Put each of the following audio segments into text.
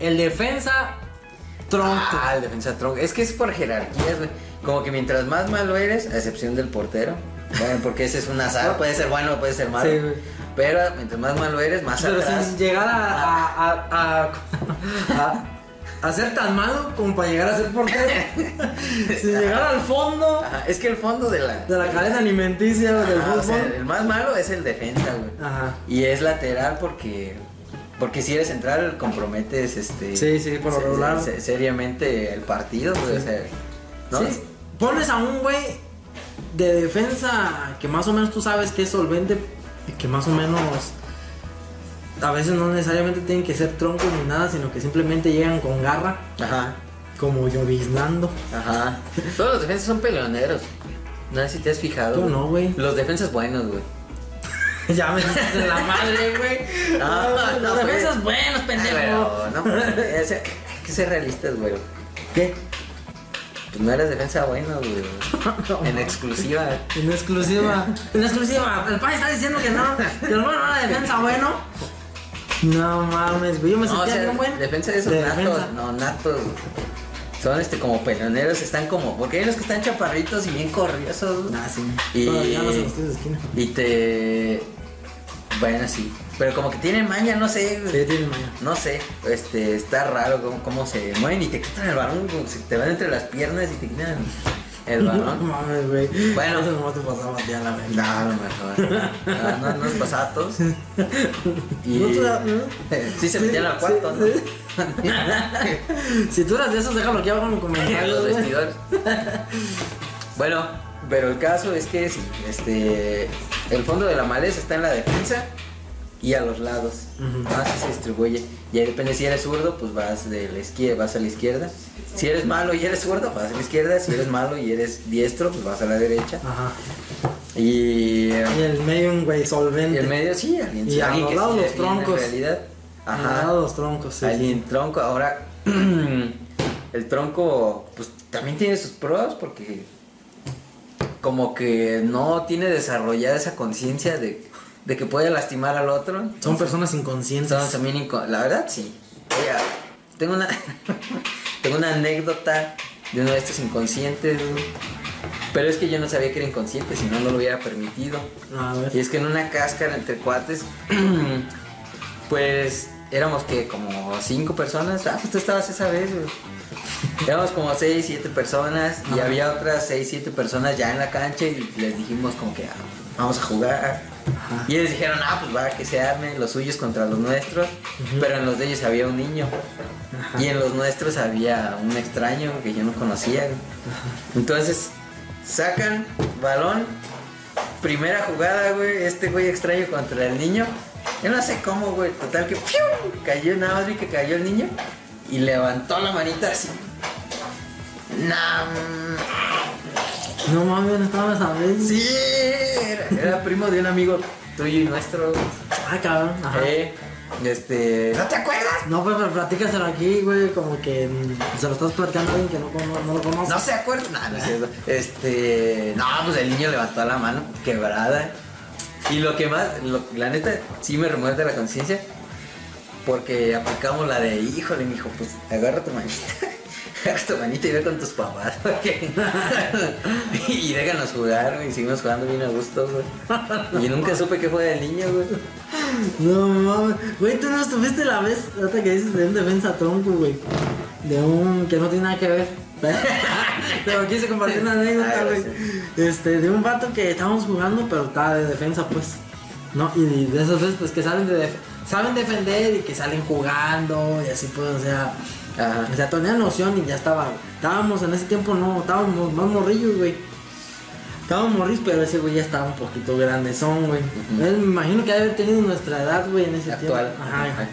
El defensa, tronco. Ah, el defensa tronco. Es que es por jerarquías, güey. Como que mientras más malo eres, a excepción del portero. Bueno, porque ese es un azar, puede ser bueno, puede ser malo. Sí, güey. pero mientras más malo eres, más pero atrás. Ah. sin llegar a a, a, a- a- a ser tan malo como para llegar a ser portero. sin llegar al fondo Ajá, es que el fondo de la. de la cadena alimenticia Ajá, del Ah, o sea, fútbol. el más malo es el defensa, güey. Ajá. Y es lateral porque. Porque si eres central, comprometes este. Sí, sí, por lo se- regular. se- seriamente el partido, güey. O sea, ¿no? Sí, pones a un güey de defensa que más o menos tú sabes que es solvente y que más o menos a veces no necesariamente tienen que ser troncos ni nada, sino que simplemente llegan con garra, Ajá. como lloviznando. Ajá. Todos los defensas son peleoneros. No sé si te has fijado. Yo no, güey. Los defensas buenos, güey. ya me diste la madre, güey. No, Los no, defensas buenos, pendejo. Ah, Pero, no, o sea, hay que ser realistas, güey. ¿Qué? Pues no eres defensa bueno, güey. En exclusiva. En exclusiva. En exclusiva. El país está diciendo que no. Que el bueno era defensa bueno. No mames, güey. Yo me No, o sentía sea, bien bueno. defensa de esos De natos. defensa. No, natos, güey. Son este como peleoneros, están como. Porque hay los que están chaparritos y bien corriosos. güey. Ah, sí. Y- Pero ya los estoy de esquina. Y te. Bueno, sí. Pero como que tienen maña, no sé, güey. Sí, tiene mañana. No sé, este, está raro cómo, cómo se mueven y te quitan el balón, como se te van entre las piernas y te quitan el No balón. mames, güey. Bueno. Eso nomás te pasaba a ti a la vez. No, a lo mejor. No, no nos pasaba a todos. Y... No te da- ¿no? Sí se metían al cuarto, ¿no? sí. Si tú eras de esos, déjalo aquí abajo en los En los este- comentarios. güey. vestidores. Bueno, pero el caso es que sí, este, el fondo de la maleza está en la defensa y a los lados. Ujú. Así se distribuye. Y ahí depende si eres zurdo, pues vas de la izquierda, vas a la izquierda. Si eres malo y eres zurdo, vas a la izquierda. Si eres malo y eres diestro, pues vas a la derecha. Ajá. Y, eh, Y el medio, un güey, y solvente. en medio sí, alguien, Y a alguien los que lados sí los define troncos. En realidad. Ajá. Ajá. los troncos, sí. Alguien tronco, ahora el tronco pues también tiene sus pruebas porque como que no tiene desarrollada esa conciencia de, de que puede lastimar al otro. Son personas inconscientes. Entonces, también inco- la verdad sí. Oye, tengo una tengo una anécdota de uno de estos inconscientes, güey. pero es que yo no sabía que era inconsciente, si no no lo hubiera permitido. A Y ver. es que en una cáscara entre cuates, pues éramos que como cinco personas. Ah, pues tú estabas esa vez, güey. Éramos como seis, siete personas y Ajá. había otras seis, siete personas ya en la cancha y les dijimos como que ah, vamos a jugar. Ajá. Y ellos dijeron, ah, pues va, que se armen los suyos contra los nuestros. Pero en los de ellos había un niño. Ajá. Y en los nuestros había un extraño que yo no conocía. güey. Entonces, sacan balón. Primera jugada, güey. Este güey extraño contra el niño. Yo no sé cómo, güey. Total que ¡piu! cayó, nada más vi que cayó el niño. Y levantó la manita así. Nam. No mames, no estaban esa vez. Sí, era, era primo de un amigo tuyo y nuestro. güey. Ah, cabrón. Ajá. Eh, este. ¿No te acuerdas? No, pues pero platícaselo aquí, güey, como que mm, se lo estás platicando a alguien que no, cono- no lo conoce. No se acuerda. No, no es cierto. Este. No, pues el niño levantó la mano quebrada. Y lo que más, lo- la neta, sí me remuerde la conciencia. Porque aplicamos la de, híjole, mi hijo, pues agarra tu manita. Agarra tu manita y ve con tus papás. porque- y déjanos jugar, güey. Y seguimos jugando bien a gusto, güey. Y nunca supe qué fue del niño, güey. No mames, güey, tú no estuviste la vez, ahorita que dices de un defensa tronco, güey. De un que no tiene nada que ver. pero quise compartir una anécdota, Ay, güey. Este, de un vato que estábamos jugando, pero estaba de defensa, pues. No, y de esas veces, pues que saben de def- saben defender y que salen jugando y así, pues, o sea. Ajá. O sea, tenía noción y ya estaba. Estábamos en ese tiempo, no, estábamos más morrillos, güey. Estábamos morrillos, pero ese güey ya estaba un poquito grandezón, güey. Él me imagino que debe haber tenido nuestra edad, güey, en ese Actual. tiempo. Ajá, ajá.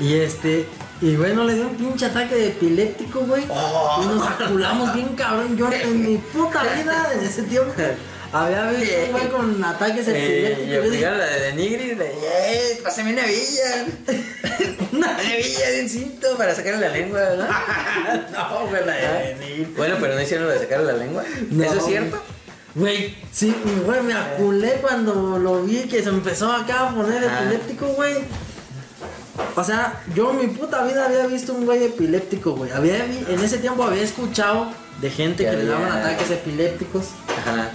Y este, y güey, no le dio un pinche ataque de epiléptico, güey. Oh. Y nos aculamos bien cabrón. Yo en mi puta vida, en ese tiempo, había visto un güey con ataques Eh, y epilépticos. Yo dije, aplicaron la de Denigris de, ¡eh! ¡Pásame una villa! una villa de un cinto para sacar la lengua, ¿no? no, güey, la de venir. bueno, pero no hicieron la de sacar la lengua. No, ¿Eso es güey. cierto? Güey, sí, güey, me aculé cuando lo vi que se empezó acá a poner Ajá. epiléptico, güey. O sea, yo en mi puta vida había visto un güey epiléptico, güey. Había vi- en ese tiempo había escuchado de gente Que que le daban había- ataques epilépticos, Ajá.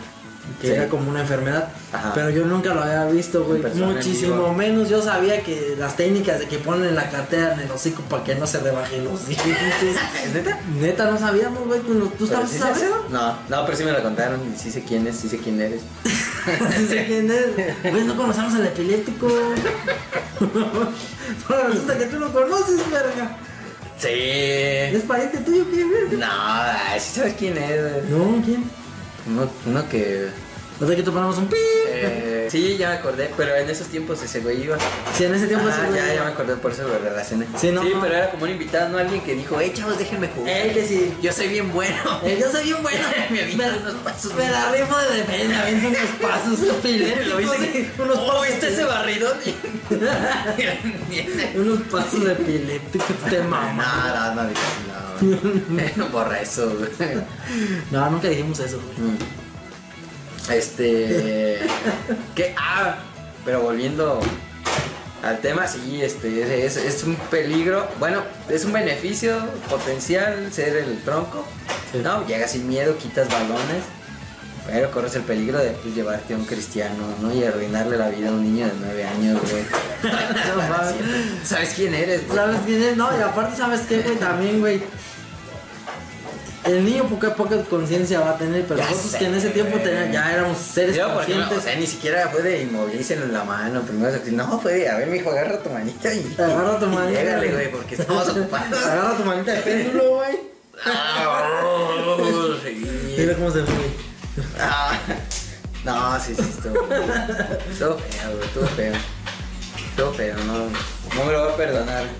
que Sí. era como una enfermedad. Ajá. Pero yo nunca lo había visto, güey. persona en vivo. Muchísimo menos. Yo sabía que las técnicas de que ponen la cartera en el hocico para que no se le bajen los dientes. ¿Es neta? Neta, no sabíamos, güey. Tú, no- tú ¿Pero estabas sí sabes. sabes? No, no, pero sí me lo contaron y sí sé quién es, sí sé quién eres. Sí sé quién es. Güey, no conocemos al epiléptico. Ahora resulta que tú lo conoces, verga. Sí. ¿Es pariente tuyo? ¿Qué verga? No, ay, sí sabes quién es. No, ¿quién? Uno, uno que. No sé que te ponemos un pi. eh, sí, ya me acordé, pero en esos tiempos ese güey iba. Sí, en ese tiempo Ajá, ese güey- Ah, ya, ya me acordé, por eso lo relacioné. Sí, no, no. pero era como un invitado, no alguien que dijo, hey chavos, déjenme jugar. Eh, que sí. Yo soy bien bueno. Eh, yo soy bien bueno. Me aviento la- unos pasos. Me la rifo de defensa, me aviento unos pasos epilépticos. Lo hice. sí, Unos oh, pasos este ese barridón. epilépticos. Unos pasos epilépticos de mamá. No, no, no, no, no. Borra eso, güey. No, nunca dijimos eso, güey. Mm. Este. que. Ah, pero volviendo al tema, sí, este, es, es- es un peligro. Bueno, es un beneficio potencial ser el tronco. Sí. No, llegas sin miedo, quitas balones. Pero corres el peligro de pues, llevarte a un cristiano, ¿no? Y arruinarle la vida a un niño de 9 años, güey. Para mames. siempre. ¿Sabes quién eres, güey? ¿Sabes quién es? No, y aparte, ¿sabes qué, güey? También, güey. El niño poca poca conciencia va a tener, pero Ya nosotros sé, que en ese tiempo güey. teníamos- ya éramos seres Yo, por ejemplo, o conscientes. sea, ni siquiera fue de inmovilícenlo en la mano, primero se- no, fue de, a ver, mijo, agarra tu manita y... Agarra tu y manita. llégale, güey, porque estamos ocupados. Agarra tu manita de péndulo, güey. Ah, oh, sí. Mira cómo se ríe. Ah, no, oh, sí, sí, estuvo estuvo feo, güey, estuvo feo. Estuvo feo, no, no me lo voy a perdonar.